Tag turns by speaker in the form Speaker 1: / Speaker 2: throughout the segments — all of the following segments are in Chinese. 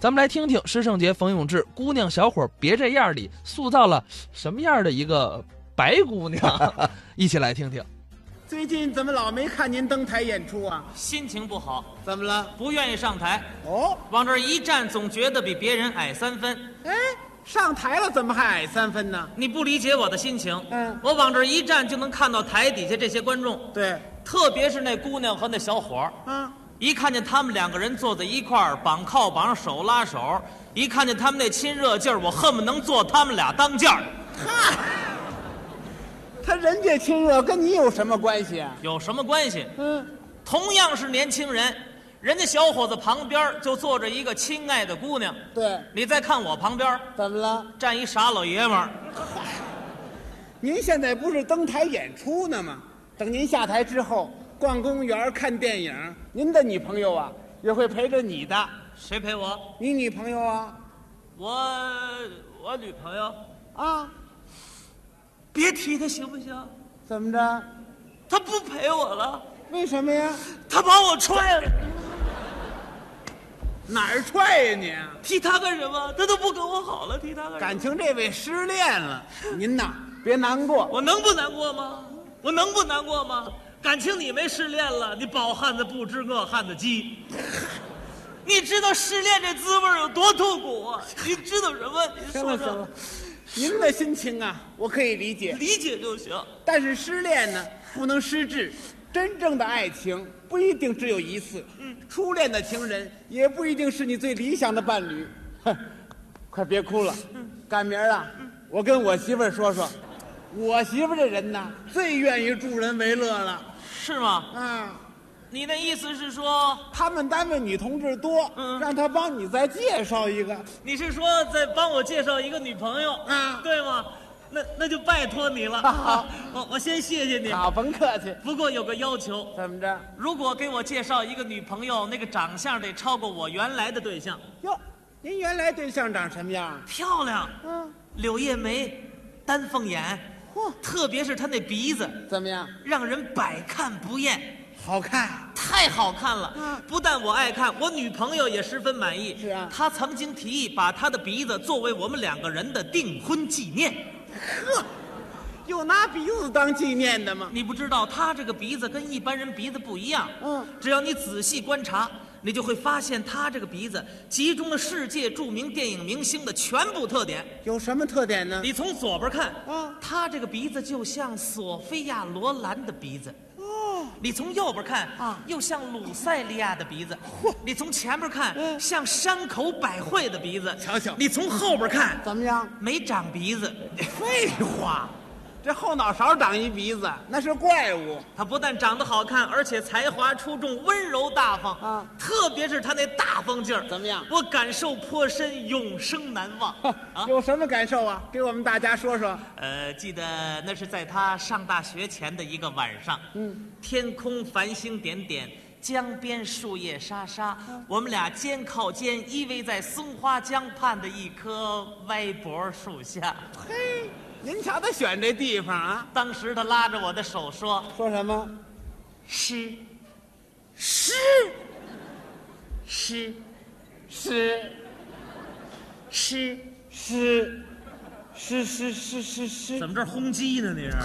Speaker 1: 咱们来听听师胜杰、冯永志《姑娘小伙别这样》里塑造了什么样的一个白姑娘， 一起来听听。
Speaker 2: 最近怎么老没看您登台演出啊？
Speaker 3: 心情不好，
Speaker 2: 怎么了？
Speaker 3: 不愿意上台，
Speaker 2: 哦，
Speaker 3: 往这儿一站，总觉得比别人矮三分。
Speaker 2: 哎，上台了怎么还矮三分呢？
Speaker 3: 你不理解我的心情。
Speaker 2: 嗯
Speaker 3: 我往这儿一站就能看到台底下这些观众，
Speaker 2: 对，
Speaker 3: 特别是那姑娘和那小伙儿，
Speaker 2: 啊，
Speaker 3: 一看见他们两个人坐在一块儿，绑靠绑，手拉手，一看见他们那亲热劲儿，我恨不能坐他们俩当间儿。
Speaker 2: 他人家亲热跟你有什么关系啊？
Speaker 3: 有什么关系？
Speaker 2: 嗯，
Speaker 3: 同样是年轻人，人家小伙子旁边儿就坐着一个亲爱的姑娘，
Speaker 2: 对，
Speaker 3: 你再看我旁边儿
Speaker 2: 怎么了？
Speaker 3: 站一傻老爷们儿。
Speaker 2: 您现在不是登台演出呢吗？等您下台之后，逛公园、看电影，您的女朋友啊也会陪着你的。
Speaker 3: 谁陪我？
Speaker 2: 你女朋友啊？
Speaker 3: 我我女朋友，
Speaker 2: 啊，
Speaker 3: 别提她行不行？
Speaker 2: 怎么着？
Speaker 3: 她不陪我了，
Speaker 2: 为什么呀？
Speaker 3: 她把我踹了，
Speaker 2: 哪儿踹呀、你啊？
Speaker 3: 提她干什么？她都不跟我好了，提她干什么？
Speaker 2: 感情这位失恋了，您呐别难过。
Speaker 3: 我能不难过吗？我能不难过吗？感情你没失恋了，你饱汉子不知饿汉子饥。你知道失恋这滋味儿有多痛苦啊？你知道什么？你
Speaker 2: 行了
Speaker 3: 说
Speaker 2: 行了
Speaker 3: 说，，
Speaker 2: 您的心情啊，我可以理解，
Speaker 3: 理解就行。
Speaker 2: 但是失恋呢不能失智。真正的爱情不一定只有一次，初恋的情人也不一定是你最理想的伴侣。哼快别哭了，赶明儿啊，我跟我媳妇儿说说，我媳妇儿这人呐，最愿意助人为乐了
Speaker 3: 是吗？
Speaker 2: 啊。
Speaker 3: 你那意思是说，
Speaker 2: 他们单位女同志多，
Speaker 3: 嗯
Speaker 2: 让她帮你再介绍一个。
Speaker 3: 你是说再帮我介绍一个女朋友，
Speaker 2: 嗯
Speaker 3: 对吗？那那就拜托你了，
Speaker 2: 啊好
Speaker 3: 我我先谢谢你。
Speaker 2: 好，甭客气。
Speaker 3: 不过有个要求，
Speaker 2: 怎么着？
Speaker 3: 如果给我介绍一个女朋友，那个长相得超过我原来的对象，
Speaker 2: 哟，您原来对象长什么样？啊
Speaker 3: 漂亮，
Speaker 2: 嗯，
Speaker 3: 柳叶眉，丹凤眼，
Speaker 2: 嚯，
Speaker 3: 特别是她那鼻子，
Speaker 2: 怎么样？
Speaker 3: 让人百看不厌，
Speaker 2: 好看。
Speaker 3: 太好看了
Speaker 2: 嗯。
Speaker 3: 不但我爱看，我女朋友也十分满意。
Speaker 2: 是啊
Speaker 3: 她曾经提议把她的鼻子作为我们两个人的订婚纪念。
Speaker 2: 有拿鼻子当纪念的吗？
Speaker 3: 你不知道他这个鼻子跟一般人鼻子不一样，
Speaker 2: 嗯
Speaker 3: 只要你仔细观察，你就会发现他这个鼻子集中了世界著名电影明星的全部特点。
Speaker 2: 有什么特点呢？
Speaker 3: 你从左边看，
Speaker 2: 嗯
Speaker 3: 他这个鼻子就像索菲亚·罗兰的鼻子。
Speaker 2: 哦，
Speaker 3: 你从右边看
Speaker 2: 啊
Speaker 3: 又像鲁塞利亚的鼻子；你从前边看，
Speaker 2: 嗯
Speaker 3: 像山口百惠的鼻子。
Speaker 2: 瞧瞧
Speaker 3: 你从后边看，
Speaker 2: 怎么样？
Speaker 3: 没长鼻子。
Speaker 2: 废话，这后脑勺长一鼻子，那是怪物。
Speaker 3: 他不但长得好看，而且才华出众，温柔大方
Speaker 2: 啊
Speaker 3: 特别是他那大方劲儿，
Speaker 2: 怎么样
Speaker 3: 我感受颇深，永生难忘啊！
Speaker 2: 有什么感受啊？给我们大家说说。
Speaker 3: 呃，记得那是在他上大学前的一个晚上，嗯，天空繁星点点。江边树叶沙沙，
Speaker 2: 啊
Speaker 3: 我们俩肩靠肩依偎在松花江畔的一棵歪脖树下。
Speaker 2: 嘿，您瞧他选这地方啊？
Speaker 3: 当时他拉着我的手说
Speaker 2: 说什么？：“
Speaker 3: 诗，
Speaker 2: 诗
Speaker 3: 诗，
Speaker 2: 诗
Speaker 3: 诗，
Speaker 2: 诗诗诗诗诗诗。
Speaker 3: 怎么这轰击呢？你是？”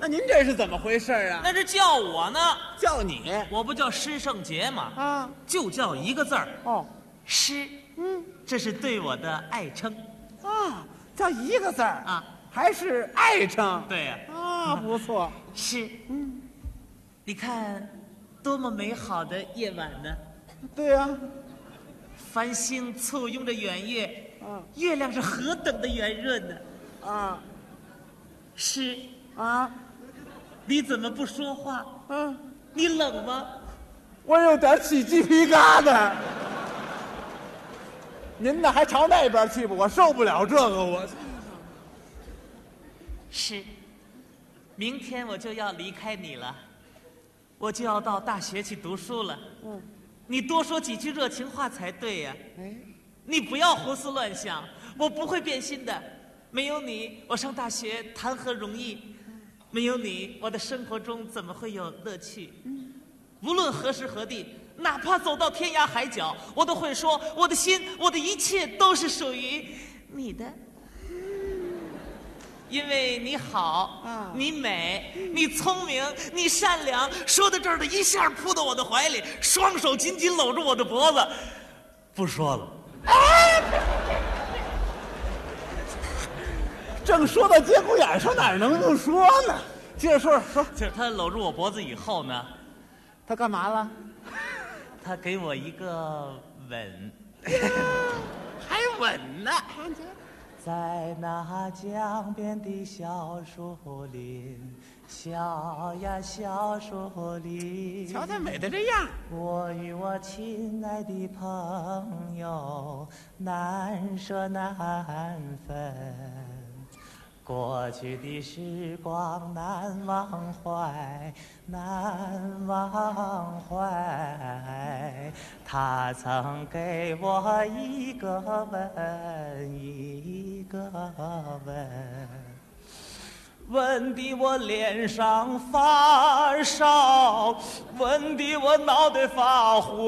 Speaker 2: 那您这是怎么回事啊？
Speaker 3: 那是叫我呢，
Speaker 2: 叫你
Speaker 3: 我不叫师圣杰吗？
Speaker 2: 啊？
Speaker 3: 就叫一个字儿
Speaker 2: 哦，
Speaker 3: 师，
Speaker 2: 嗯。
Speaker 3: 这是对我的爱称。
Speaker 2: 啊，叫一个字儿
Speaker 3: 啊，
Speaker 2: 还是爱称
Speaker 3: 对呀、
Speaker 2: 啊，不错。
Speaker 3: 师，嗯，你看，多么美好的夜晚呢！
Speaker 2: 对呀、
Speaker 3: 繁星簇拥着圆月，
Speaker 2: 啊，
Speaker 3: 月亮是何等的圆润呢！
Speaker 2: 啊
Speaker 3: 师，
Speaker 2: 啊
Speaker 3: 你怎么不说话？
Speaker 2: 啊！
Speaker 3: 你冷吗？
Speaker 2: 我有点起鸡皮疙瘩。您呢，还朝那边去吧，我受不了这个，我
Speaker 3: 师，明天我就要离开你了，我就要到大学去读书了。
Speaker 2: 嗯，
Speaker 3: 你多说几句热情话才对呀、
Speaker 2: 哎，
Speaker 3: 你不要胡思乱想，我不会变心的。没有你，我上大学谈何容易？
Speaker 2: 嗯
Speaker 3: 没有你，我的生活中怎么会有乐趣？无论何时何地，哪怕走到天涯海角，我都会说我的心，我的一切都是属于你的，因为你好，
Speaker 2: 啊
Speaker 3: 你美，你聪明，你善良。说到这儿的一下扑到我的怀里，双手紧紧搂住我的脖子，不说了。
Speaker 2: 正说到节骨眼上，哪能不说呢？接着说说，
Speaker 3: 就是他搂住我脖子以后呢，
Speaker 2: 他干嘛了？
Speaker 3: 他给我一个吻，
Speaker 2: 还吻呢？
Speaker 3: 在那江边的小树林，小呀小树林，
Speaker 2: 瞧他美的这样，
Speaker 3: 我与我亲爱的朋友难舍难分。过去的时光难忘怀，难忘怀。他曾给我一个吻，一个吻，吻得我脸上发烧，吻得我脑袋发昏。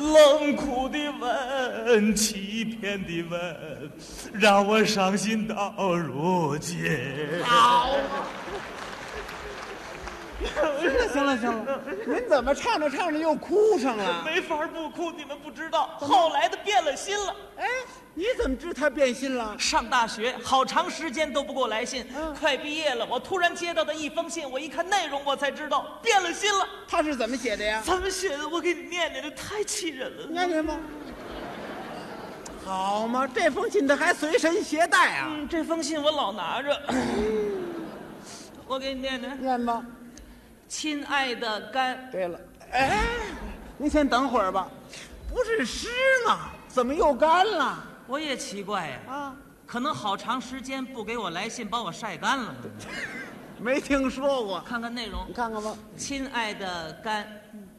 Speaker 3: 冷酷的吻，欺骗的吻，让我伤心到如今。
Speaker 2: 行了行了，您怎么唱着唱着又哭上了？
Speaker 3: 没法不哭，你们不知道。后来的变了心了。
Speaker 2: 哎，你怎么知他变心了？
Speaker 3: 上大学好长时间都不给我来信，快毕业了，我突然接到的一封信，我一看内容，我才知道变了心了。
Speaker 2: 他是怎么写的呀？
Speaker 3: 咱们写 的，我给你念念，这太气人了。
Speaker 2: 你看见吗？好嘛，这封信他还随身携带啊，
Speaker 3: 嗯，这封信我老拿着，我给你念念。
Speaker 2: 念吧。
Speaker 3: 亲爱的甘，
Speaker 2: 对了，哎，您先等会儿吧，不是湿吗？怎么又干了
Speaker 3: 我也奇怪呀、
Speaker 2: 啊？
Speaker 3: 可能好长时间不给我来信，把我晒干了。
Speaker 2: 没听说过，
Speaker 3: 看看内容
Speaker 2: 你，看看吧。
Speaker 3: 亲爱的甘，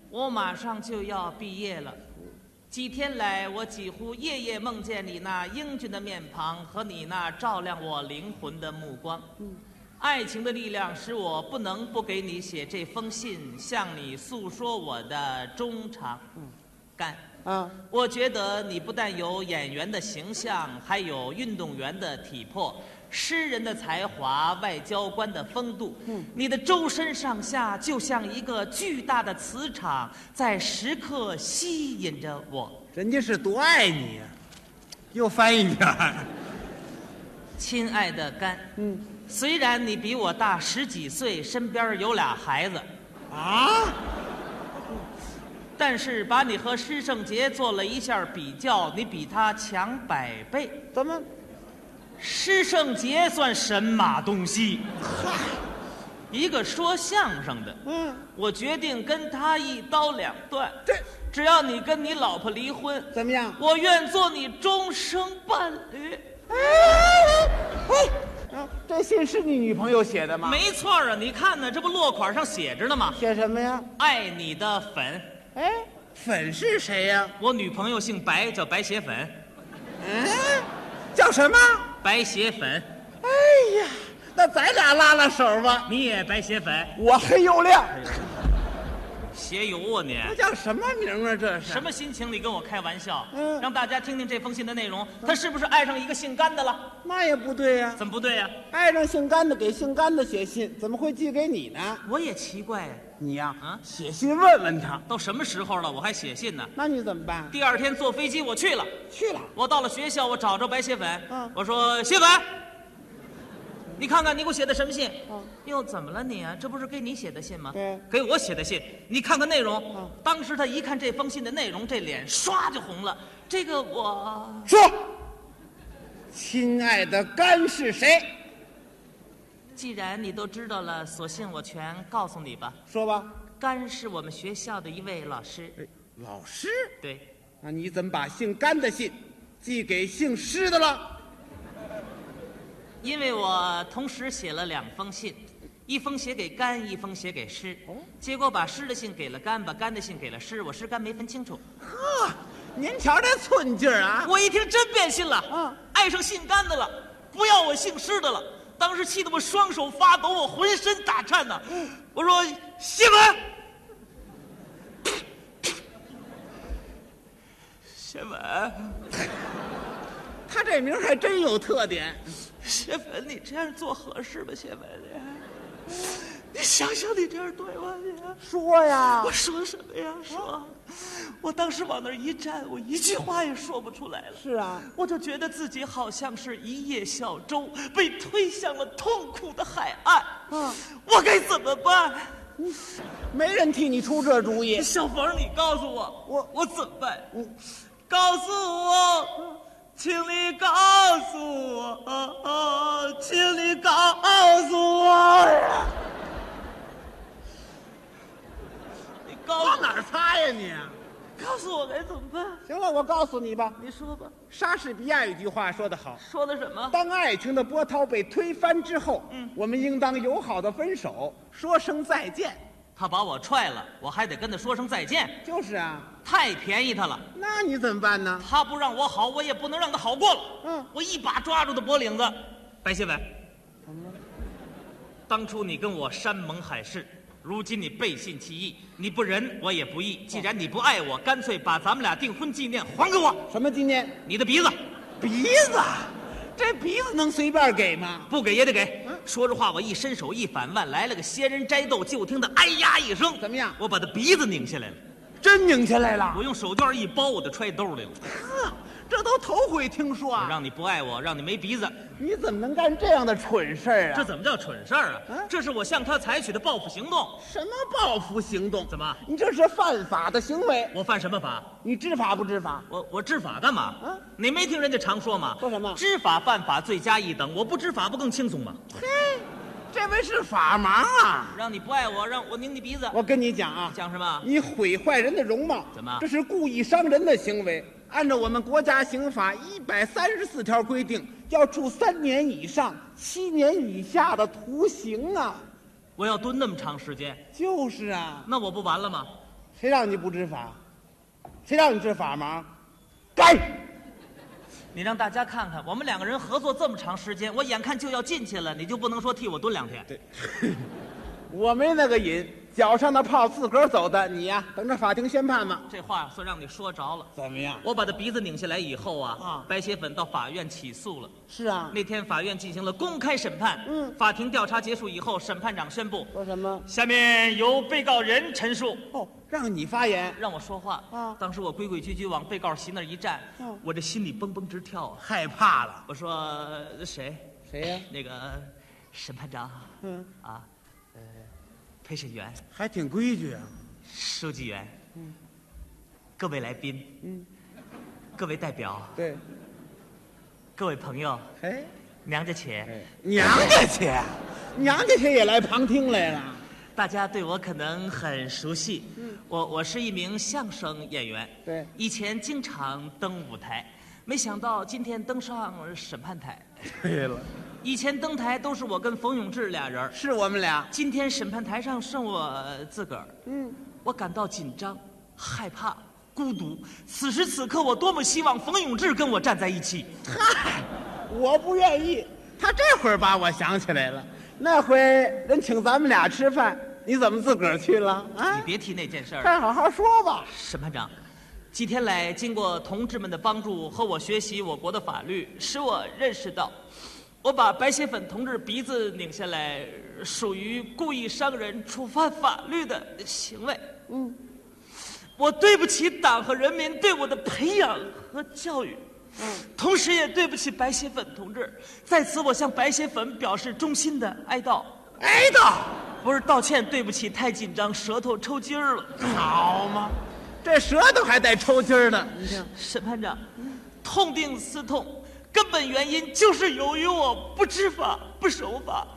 Speaker 3: 我马上就要毕业了。几天来，我几乎夜夜梦见你那英俊的面庞和你那照亮我灵魂的目光。爱情的力量使我不能不给你写这封信，向你诉说我的衷肠。甘。
Speaker 2: 啊，
Speaker 3: 我觉得你不但有演员的形象，还有运动员的体魄，诗人的才华，外交官的风度。你的周身上下就像一个巨大的磁场，在时刻吸引着我。
Speaker 2: 人家是多爱你呀、又翻一篇儿。
Speaker 3: 亲爱的甘，
Speaker 2: 嗯，
Speaker 3: 虽然你比我大十几岁，身边有俩孩子，
Speaker 2: 啊，
Speaker 3: 但是把你和施圣杰做了一下比较，你比他强百倍。
Speaker 2: 怎么？
Speaker 3: 施圣杰算神马东西，一个说相声的，
Speaker 2: 嗯，
Speaker 3: 我决定跟他一刀两断。
Speaker 2: 这
Speaker 3: 只要你跟你老婆离婚，
Speaker 2: 怎么样？
Speaker 3: 我愿做你终生伴侣。
Speaker 2: 哎啊，这信是你女朋友写的吗？
Speaker 3: 没错啊，你看呢，这不落款上写着呢吗？
Speaker 2: 写什么呀？
Speaker 3: 爱你的粉，
Speaker 2: 哎，粉是谁呀、
Speaker 3: 我女朋友姓白，叫白鞋粉，
Speaker 2: 嗯，叫什么？
Speaker 3: 白鞋粉，
Speaker 2: 哎呀，那咱俩拉拉手吧。
Speaker 3: 你也白鞋粉，
Speaker 2: 我黑又亮，
Speaker 3: 鞋油啊你。
Speaker 2: 这叫什么名啊？这是
Speaker 3: 什？么心情？你跟我开玩笑？
Speaker 2: 嗯
Speaker 3: 让大家听听这封信的内容，他是不是爱上一个姓甘的了？
Speaker 2: 那也不对呀、
Speaker 3: 怎么不对呀、啊
Speaker 2: 爱上姓甘的给姓甘的写信，怎么会寄给你呢？
Speaker 3: 我也奇怪呀、
Speaker 2: 你呀、
Speaker 3: 啊
Speaker 2: 写信问问他，
Speaker 3: 都什么时候了，我还写信呢？
Speaker 2: 那你怎么办？
Speaker 3: 第二天坐飞机我去了，
Speaker 2: 去了，
Speaker 3: 我到了学校，我找着白血粉，
Speaker 2: 嗯
Speaker 3: 我说血粉，你看看你给我写的什么信？
Speaker 2: 嗯
Speaker 3: 哟，怎么了你啊？这不是给你写的信吗？
Speaker 2: 对
Speaker 3: 给我写的信，你看看内容。
Speaker 2: 嗯
Speaker 3: 当时他一看这封信的内容，这脸唰就红了。这个我
Speaker 2: 说，亲爱的甘是谁？
Speaker 3: 既然你都知道了，索性我全告诉你吧。
Speaker 2: 说吧。
Speaker 3: 甘是我们学校的一位老师，
Speaker 2: 哎，老师，
Speaker 3: 对，
Speaker 2: 那你怎么把姓甘的信寄给姓施的了？
Speaker 3: 因为我同时写了两封信，一封写给甘，一封写给诗。结果把诗的信给了甘，把甘的信给了诗，我诗甘没分清楚。
Speaker 2: 呵，您瞧这寸劲儿啊！
Speaker 3: 我一听真变心了，
Speaker 2: 嗯
Speaker 3: 爱上姓甘的了，不要我姓施的了。当时气得我双手发抖，我浑身打颤呐、我说：“谢文，学文，
Speaker 2: 他这名儿还真有特点。
Speaker 3: 学文，你这样做合适吗？学文你，你想想你这样对吗？你，
Speaker 2: 说呀
Speaker 3: 我说什么呀？说，我当时往那儿一站，我一句话也说不出来了。
Speaker 2: 是啊，
Speaker 3: 我就觉得自己好像是一叶小舟，被推向了痛苦的海岸。
Speaker 2: 嗯，
Speaker 3: 我该怎么办？
Speaker 2: 没人替你出这主意。
Speaker 3: 小冯，你告诉我，
Speaker 2: 我
Speaker 3: 我怎么办
Speaker 2: 我？
Speaker 3: 告诉我，请你告诉我，请你告诉我呀！你告诉
Speaker 2: 儿擦呀你？
Speaker 3: 我，告诉我该怎么办？
Speaker 2: 行了，我告诉你吧，
Speaker 3: 你说吧，
Speaker 2: 莎士比亚有句话说得好。
Speaker 3: 说的什么？
Speaker 2: 当爱情的波涛被推翻之后，嗯，我们应当友好的分手，说声再见。
Speaker 3: 他把我踹了，我还得跟他说声再见，
Speaker 2: 就是啊，
Speaker 3: 太便宜他了。
Speaker 2: 那你怎么办呢？
Speaker 3: 他不让我好，我也不能让他好过了。
Speaker 2: 嗯
Speaker 3: 我一把抓住他脖领子，白新伟，当初你跟我山盟海誓，如今你背信弃义，你不仁我也不义。既然你不爱我，干脆把咱们俩订婚纪念还给我。
Speaker 2: 什么纪念？
Speaker 3: 你的鼻子
Speaker 2: 鼻子，这鼻子能随便给吗？
Speaker 3: 不给也得给。
Speaker 2: 嗯
Speaker 3: 说着话，我一伸手一反腕，来了个仙人摘豆，就听他哎呀一声，
Speaker 2: 怎么样
Speaker 3: 我把他鼻子拧下来了，
Speaker 2: 真拧下来了
Speaker 3: 我。用手绢一包，我就揣兜里了。
Speaker 2: 哼，这都头回听说
Speaker 3: 我
Speaker 2: 啊！
Speaker 3: 让你不爱我，让你没鼻子，
Speaker 2: 你怎么能干这样的蠢事儿啊？
Speaker 3: 这怎么叫蠢事儿啊？这是我向他采取的报复行动。
Speaker 2: 什么报复行动？
Speaker 3: 怎么
Speaker 2: 你这是犯法的行为，
Speaker 3: 我犯什么法？
Speaker 2: 你知法不知法？
Speaker 3: 我我知法干嘛？
Speaker 2: 嗯
Speaker 3: 你没听人家常说吗？
Speaker 2: 说什么
Speaker 3: 知法犯法，罪加一等。我不知法不更轻松吗？
Speaker 2: 嘿，这位是法盲啊！
Speaker 3: 让你不爱我，让我拧你鼻子，
Speaker 2: 我跟你讲啊，
Speaker 3: 讲什么？
Speaker 2: 你毁坏人的容貌，
Speaker 3: 怎么
Speaker 2: 这是故意伤人的行为。按照我们国家刑法一百三十四条规定，要处三年以上七年以下的徒刑啊！
Speaker 3: 我要蹲那么长时间，
Speaker 2: 就是啊，
Speaker 3: 那我不完了吗？
Speaker 2: 谁让你不知法？谁让你是法盲？该！
Speaker 3: 你让大家看看，我们两个人合作这么长时间，我眼看就要进去了，你就不能说替我蹲两天？
Speaker 2: 我没那个瘾，脚上的泡自个儿走的。你呀、等着法庭宣判吧。
Speaker 3: 这话算让你说着了。
Speaker 2: 怎么样？
Speaker 3: 我把他鼻子拧下来以后啊，
Speaker 2: 啊
Speaker 3: 白血粉到法院起诉了。
Speaker 2: 是啊，
Speaker 3: 那天法院进行了公开审判。
Speaker 2: 嗯
Speaker 3: 法庭调查结束以后，审判长宣布，
Speaker 2: 说什么？
Speaker 3: 下面由被告人陈述。
Speaker 2: 哦，让你发言。
Speaker 3: 让我说话
Speaker 2: 啊
Speaker 3: 当时我规规矩矩往被告席那儿一站，
Speaker 2: 嗯
Speaker 3: 我这心里蹦蹦直跳啊！
Speaker 2: 害怕了？
Speaker 3: 我说谁？
Speaker 2: 谁呀
Speaker 3: 那个审判长
Speaker 2: 嗯，
Speaker 3: 啊，呃，陪审员、
Speaker 2: 还挺规矩啊。
Speaker 3: 书记员，
Speaker 2: 嗯
Speaker 3: 各位来宾，各位代表，
Speaker 2: 对，
Speaker 3: 各位朋友，
Speaker 2: 哎。
Speaker 3: 娘家且，
Speaker 2: 嗯娘家去，啊娘家去也来旁听来了。
Speaker 3: 大家对我可能很熟悉，我我是一名相声演员，
Speaker 2: 嗯对
Speaker 3: 以前经常登舞台，没想到今天登上审判台。
Speaker 2: 对了，
Speaker 3: 以前登台都是我跟冯永志俩人儿，
Speaker 2: 是我们俩。
Speaker 3: 今天审判台上剩我自个儿，
Speaker 2: 嗯，
Speaker 3: 我感到紧张、害怕、孤独。此时此刻，我多么希望冯永志跟我站在一起。
Speaker 2: 嗨，我不愿意。他这会儿把我想起来了，那回人请咱们俩吃饭，你怎么自个儿去了
Speaker 3: 你
Speaker 2: 啊？
Speaker 3: 别提那件事儿了，
Speaker 2: 快好好说吧。
Speaker 3: 审判长。几天来，经过同志们的帮助和我学习我国的法律，使我认识到，我把白血粉同志鼻子拧下来，属于故意伤人、触犯法律的行为。
Speaker 2: 嗯，
Speaker 3: 我对不起党和人民对我的培养和教育，同时也对不起白血粉同志。在此，我向白血粉表示衷心的哀悼，
Speaker 2: 哎的，
Speaker 3: 不是道歉，对不起，太紧张，舌头抽筋儿了。
Speaker 2: 好嘛，这舌头还带抽筋儿的。你听，
Speaker 3: 审判长，痛定思痛，根本原因就是由于我不知法、不守法，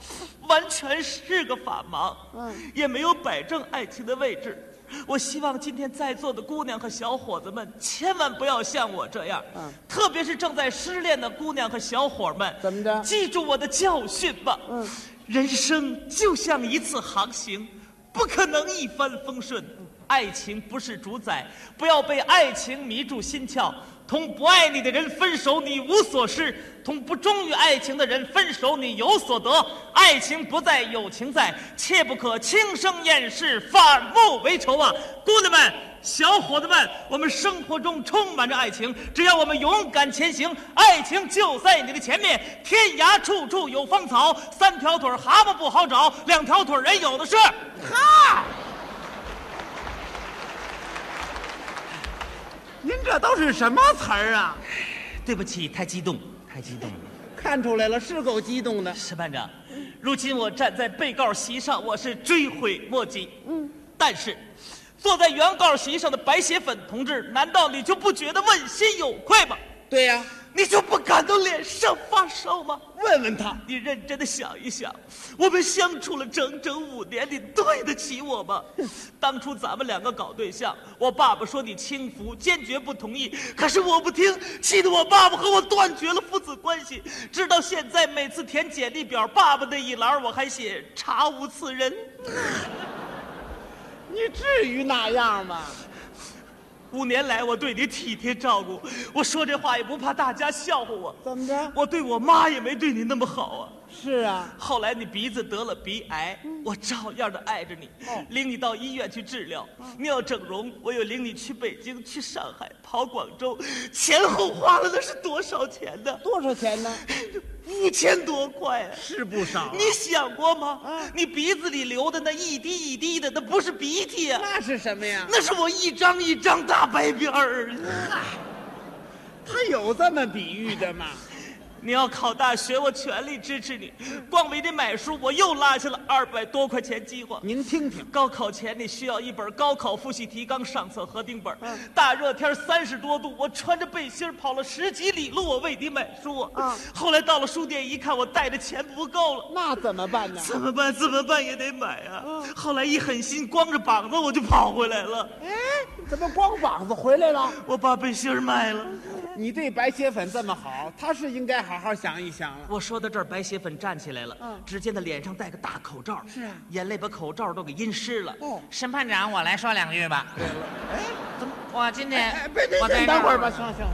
Speaker 3: 完全是个法盲，
Speaker 2: 嗯
Speaker 3: 也没有摆正爱情的位置。我希望今天在座的姑娘和小伙子们千万不要像我这样，特别是正在失恋的姑娘和小伙们，
Speaker 2: 嗯怎么着
Speaker 3: 记住我的教训吧。人生就像一次航行，不可能一帆风顺。爱情不是主宰，不要被爱情迷住心窍。同不爱你的人分手，你无所失；同不忠于爱情的人分手，你有所得。爱情不在，友情在，切不可轻生厌世，反目为仇啊！姑娘们，小伙子们，我们生活中充满着爱情，只要我们勇敢前行，爱情就在你的前面。天涯处处有芳草，三条腿蛤蟆不好找，两条腿人有的是。
Speaker 2: 哈！您这都是什么词儿啊？
Speaker 3: 对不起，太激动，太激动了。
Speaker 2: 看出来了，是够激动的。
Speaker 3: 石班长，如今我站在被告席上，我是追悔莫及。嗯，但是坐在原告席上的白血粉同志，难道你就不觉得问心有愧吗？
Speaker 2: 对呀、
Speaker 3: 你就不感到脸上发烧吗？
Speaker 2: 问问他，
Speaker 3: 你认真的想一想，我们相处了整整五年，你对得起我吗？当初咱们两个搞对象，我爸爸说你轻浮，坚决不同意，可是我不听，气得我爸爸和我断绝了父子关系。直到现在，每次填简历表，爸爸那一栏我还写查无此人。
Speaker 2: 你至于那样吗？
Speaker 3: 五年来，我对你体贴照顾，我说这话也不怕大家笑话我。
Speaker 2: 怎么着
Speaker 3: 我对我妈也没对你那么好啊。
Speaker 2: 是啊，
Speaker 3: 后来你鼻子得了鼻癌，我照样的爱着你，领你到医院去治疗。你要整容，我又领你去北京、去上海、跑广州，前后花了那是多少钱呢？
Speaker 2: 多少钱呢？
Speaker 3: 五千多块、啊。
Speaker 2: 是不少
Speaker 3: 你想过吗？你鼻子里流的那一滴一滴的，那不是鼻涕啊，
Speaker 2: 那是什么呀？
Speaker 3: 那是我一张一张大白边儿。啊
Speaker 2: 他有这么比喻的吗？
Speaker 3: 你要考大学，我全力支持你。光为这买书，我又落下了二百多块钱计划。
Speaker 2: 您听听，
Speaker 3: 高考前你需要一本高考复习提纲、上册核定本。大热天三十多度，我穿着背心儿跑了十几里路，我为你买书啊。后来到了书店一看，我带的钱不够了。
Speaker 2: 那怎么办呢？
Speaker 3: 怎么办？怎么办也得买啊！后来一狠心，光着膀子我就跑回来了。
Speaker 2: 哎， 怎么光膀子回来了？
Speaker 3: 我把背心儿卖了。
Speaker 2: 你对白血粉这么好，他是应该好好想一想了。
Speaker 3: 我说到这儿，白血粉站起来了。只见他脸上戴个大口罩，是
Speaker 2: 啊
Speaker 3: 眼泪把口罩都给阴湿了。
Speaker 2: 哦
Speaker 3: 审判长，我来说两句吧。对了，哎，怎么？我今天
Speaker 2: 哎，别别
Speaker 3: 我在
Speaker 2: 别，
Speaker 3: 这
Speaker 2: 等会儿吧，行行行。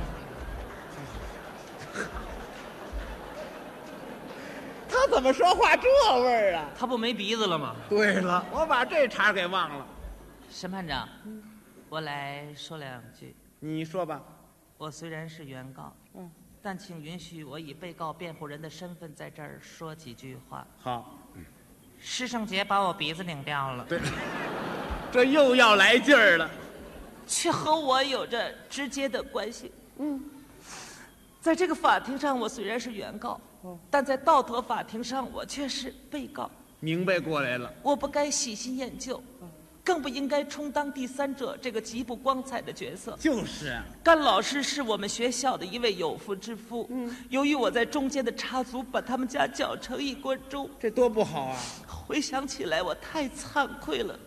Speaker 2: 他怎么说话这味儿啊？
Speaker 3: 他不没鼻子了吗？
Speaker 2: 对了，我把这茬给忘了。
Speaker 3: 审判长，我来说两句。
Speaker 2: 你说吧，
Speaker 3: 我虽然是原告，
Speaker 2: 嗯，
Speaker 3: 但请允许我以被告辩护人的身份在这儿说几句话。
Speaker 2: 好，
Speaker 3: 师胜杰把我鼻子拧掉了，
Speaker 2: 对，这又要来劲儿了。
Speaker 3: 却和我有着直接的关系。嗯，在这个法庭上，我虽然是原告，但在道德法庭上，我却是被告。
Speaker 2: 明白过来了，
Speaker 3: 我不该喜新厌旧，更不应该充当第三者这个极不光彩的角色。
Speaker 2: 就是啊，
Speaker 3: 甘老师是我们学校的一位有夫之妇，由于我在中间的插足，把他们家搅成一锅粥。
Speaker 2: 这多不好啊！
Speaker 3: 回想起来，我太惭愧了，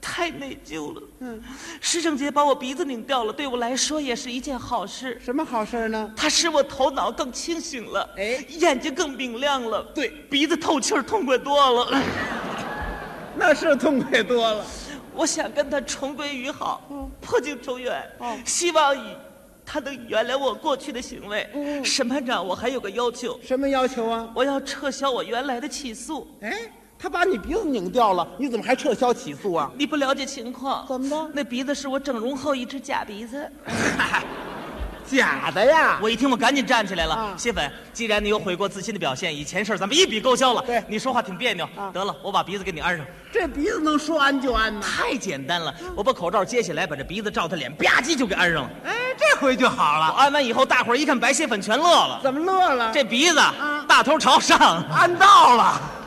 Speaker 3: 太内疚了。嗯，师胜杰把我鼻子拧掉了，对我来说也是一件好事。
Speaker 2: 什么好事儿呢？
Speaker 3: 它使我头脑更清醒了，
Speaker 2: 哎
Speaker 3: 眼睛更明亮了，对，鼻子透气儿痛快多了。
Speaker 2: 那是痛快多了。
Speaker 3: 我想跟他重归于好，
Speaker 2: 嗯
Speaker 3: 破镜重圆，
Speaker 2: 哦
Speaker 3: 希望以他能原谅我过去的行为。
Speaker 2: 嗯
Speaker 3: 审判长，我还有个要求，
Speaker 2: 什么要求啊？
Speaker 3: 我要撤销我原来的起诉。
Speaker 2: 哎，他把你鼻子拧掉了，你怎么还撤销起诉啊？
Speaker 3: 你不了解情况，
Speaker 2: 怎么着
Speaker 3: 那鼻子是我整容后一只假鼻子。
Speaker 2: 假的呀！
Speaker 3: 我一听，我赶紧站起来了
Speaker 2: 啊。
Speaker 3: 谢粉，哎既然你有悔过自新的表现，以前事儿咱们一笔勾销了。
Speaker 2: 对
Speaker 3: 你说话挺别扭
Speaker 2: 啊，
Speaker 3: 得了，我把鼻子给你安上。
Speaker 2: 这鼻子能说安就安吗？
Speaker 3: 太简单了，我把口罩揭下来，把这鼻子照他脸，吧唧就给安上了。
Speaker 2: 哎，这回就好
Speaker 3: 我
Speaker 2: 了。
Speaker 3: 安完以后，大伙儿一看白血粉全乐了。
Speaker 2: 怎么乐了？
Speaker 3: 这鼻子，大头朝上，
Speaker 2: 安到了。